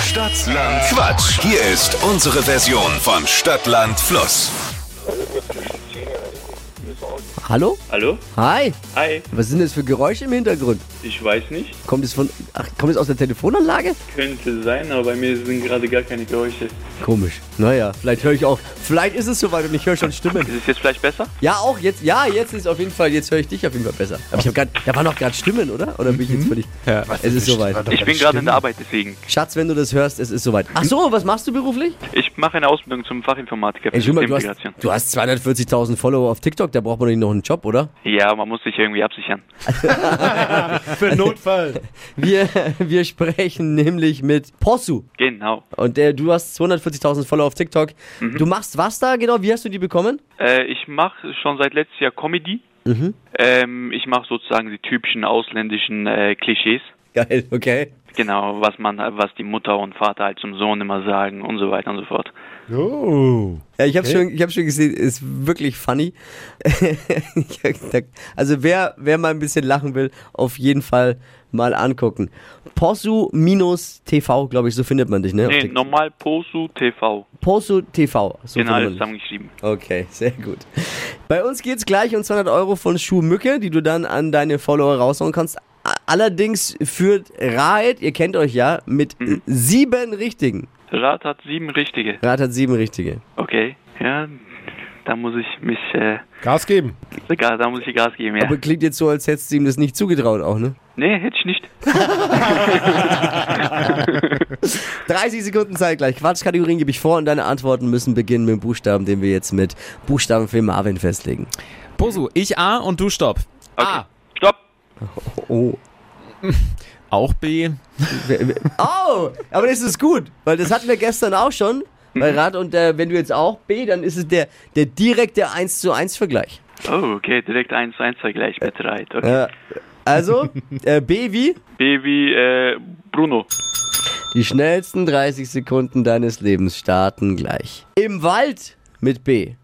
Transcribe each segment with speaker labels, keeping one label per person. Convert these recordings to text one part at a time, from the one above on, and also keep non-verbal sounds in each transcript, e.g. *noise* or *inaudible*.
Speaker 1: Stadtland Quatsch. Hier ist unsere Version von Stadtland Fluss.
Speaker 2: Hallo?
Speaker 3: Hallo?
Speaker 2: Hi!
Speaker 3: Hi,
Speaker 2: Was sind das für Geräusche im Hintergrund?
Speaker 3: ich weiß nicht.
Speaker 2: Kommt es von. Ach, kommt es aus der Telefonanlage?
Speaker 3: Könnte sein, aber bei mir sind gerade gar keine Geräusche.
Speaker 2: Komisch. Naja, vielleicht höre ich auch. Vielleicht ist es soweit und ich höre schon Stimmen.
Speaker 3: Ist es jetzt vielleicht besser?
Speaker 2: Ja, auch jetzt. Ja, jetzt ist auf jeden Fall. Jetzt höre ich dich auf jeden Fall besser. Aber ich habe gerade. Da waren noch gerade Stimmen, oder? Oder bin ich jetzt völlig. Ja, es ist soweit.
Speaker 3: Ich bin gerade in der Arbeit, deswegen.
Speaker 2: Schatz, wenn du das hörst, es ist soweit. Ach so, was machst du beruflich?
Speaker 3: Ich mache eine Ausbildung zum Fachinformatiker für
Speaker 2: Ey, Schumacher, du hast,
Speaker 3: Systemintegration.
Speaker 2: du hast 240.000 Follower auf TikTok. Da braucht man doch nicht noch einen Job, oder?
Speaker 3: Ja, man muss sich irgendwie absichern.
Speaker 4: *laughs* Für Notfall.
Speaker 2: Wir, *laughs* wir sprechen nämlich mit Possu.
Speaker 3: Genau.
Speaker 2: Und der, du hast 240.000 Follower auf TikTok. Du machst was da genau? Wie hast du die bekommen?
Speaker 3: Äh, ich mache schon seit letztes Jahr Comedy.
Speaker 2: Mhm.
Speaker 3: Ähm, ich mache sozusagen die typischen ausländischen äh, Klischees.
Speaker 2: Geil, okay.
Speaker 3: Genau, was man, was die Mutter und Vater halt zum Sohn immer sagen und so weiter und so fort.
Speaker 4: Oh.
Speaker 2: Ja, ich habe schon, ich hab schon gesehen, ist wirklich funny. *laughs* Ich hab gedacht, also wer, wer mal ein bisschen lachen will, auf jeden Fall mal angucken. Posu-TV, glaube ich, so findet man dich, ne?
Speaker 3: Nee, normal Posu TV.
Speaker 2: Posu-TV. So findet
Speaker 3: Genau, alles
Speaker 2: man dich.
Speaker 3: zusammengeschrieben.
Speaker 2: Okay, sehr gut. Bei uns geht's gleich um 200 Euro von Schuhmücke, die du dann an deine Follower raushauen kannst. A- Allerdings führt Raed, ihr kennt euch ja, mit äh, sieben Richtigen.
Speaker 3: Rat hat sieben richtige.
Speaker 2: Raed hat sieben Richtige.
Speaker 3: Okay, ja, da muss ich mich, äh,
Speaker 4: Gas geben.
Speaker 3: egal, da muss ich Gas geben, ja.
Speaker 2: Aber klingt jetzt so, als hättest du ihm das nicht zugetraut auch, ne?
Speaker 3: nee, hätte ich nicht.
Speaker 2: 30 Sekunden Zeit gleich. Quatschkategorien gebe ich vor und deine Antworten müssen beginnen mit dem Buchstaben, den wir jetzt mit Buchstaben für Marvin festlegen.
Speaker 5: Posu, ich A und du Stopp.
Speaker 3: Okay.
Speaker 5: A.
Speaker 3: Stopp!
Speaker 2: Oh.
Speaker 5: Auch B.
Speaker 2: Oh, aber das ist gut, weil das hatten wir gestern auch schon bei Rad und äh, wenn du jetzt auch B, dann ist es der, der direkte 1 zu 1 Vergleich.
Speaker 3: Oh, okay, direkt 1 zu 1 Vergleich mit Reit. Okay.
Speaker 2: Ja. Also, äh, B wie?
Speaker 3: B wie äh, Bruno.
Speaker 2: Die schnellsten 30 Sekunden deines Lebens starten gleich. Im Wald mit B.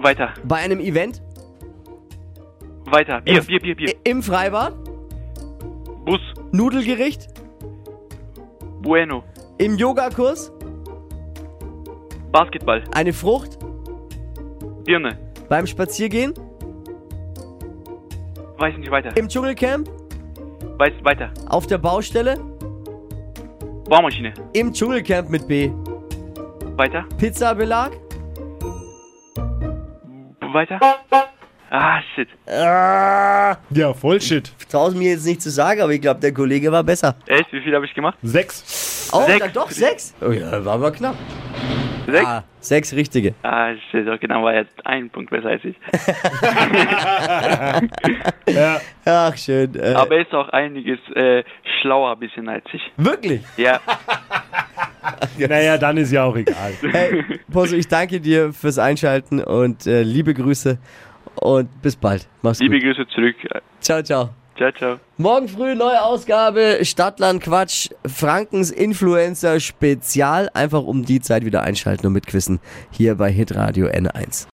Speaker 3: Weiter,
Speaker 2: Bei einem Event?
Speaker 3: weiter. Bier, Bier, Bier, Bier.
Speaker 2: Im Freibad?
Speaker 3: Bus.
Speaker 2: Nudelgericht?
Speaker 3: Bueno.
Speaker 2: Im Yogakurs?
Speaker 3: Basketball.
Speaker 2: Eine Frucht?
Speaker 3: Birne.
Speaker 2: Beim Spaziergehen?
Speaker 3: Weiß nicht weiter.
Speaker 2: Im Dschungelcamp?
Speaker 3: Weiß weiter.
Speaker 2: Auf der Baustelle?
Speaker 3: Baumaschine.
Speaker 2: Im Dschungelcamp mit B.
Speaker 3: Weiter.
Speaker 2: Pizzabelag?
Speaker 3: Weiter. Ah, shit.
Speaker 4: Ja, voll shit.
Speaker 2: Tausend mir jetzt nicht zu sagen, aber ich glaube, der Kollege war besser.
Speaker 3: Echt? Wie viel habe ich gemacht?
Speaker 4: Sechs.
Speaker 2: Oh,
Speaker 3: Sechs.
Speaker 2: dann doch sechs? Oh ja, war aber knapp.
Speaker 3: Sechs?
Speaker 2: Ah, sechs richtige.
Speaker 3: Ah, shit. Okay, dann war jetzt ein Punkt besser als ich.
Speaker 4: Ja.
Speaker 2: Ach, schön. Äh,
Speaker 3: Aber er ist auch einiges äh, schlauer ein bisschen als ich.
Speaker 2: wirklich?
Speaker 3: Ja,
Speaker 4: Naja, dann ist ja auch egal.
Speaker 2: Hey, Posso, ich danke dir fürs Einschalten und äh, liebe Grüße und bis bald. Mach's
Speaker 3: liebe
Speaker 2: *laughs* gut.
Speaker 3: Grüße zurück. äh,
Speaker 2: Ciao, ciao.
Speaker 3: Ciao, ciao.
Speaker 2: Morgen früh neue Ausgabe Stadtland Quatsch, Frankens Influencer Spezial. Einfach um die Zeit wieder einschalten und mitquissen hier bei Hitradio N1.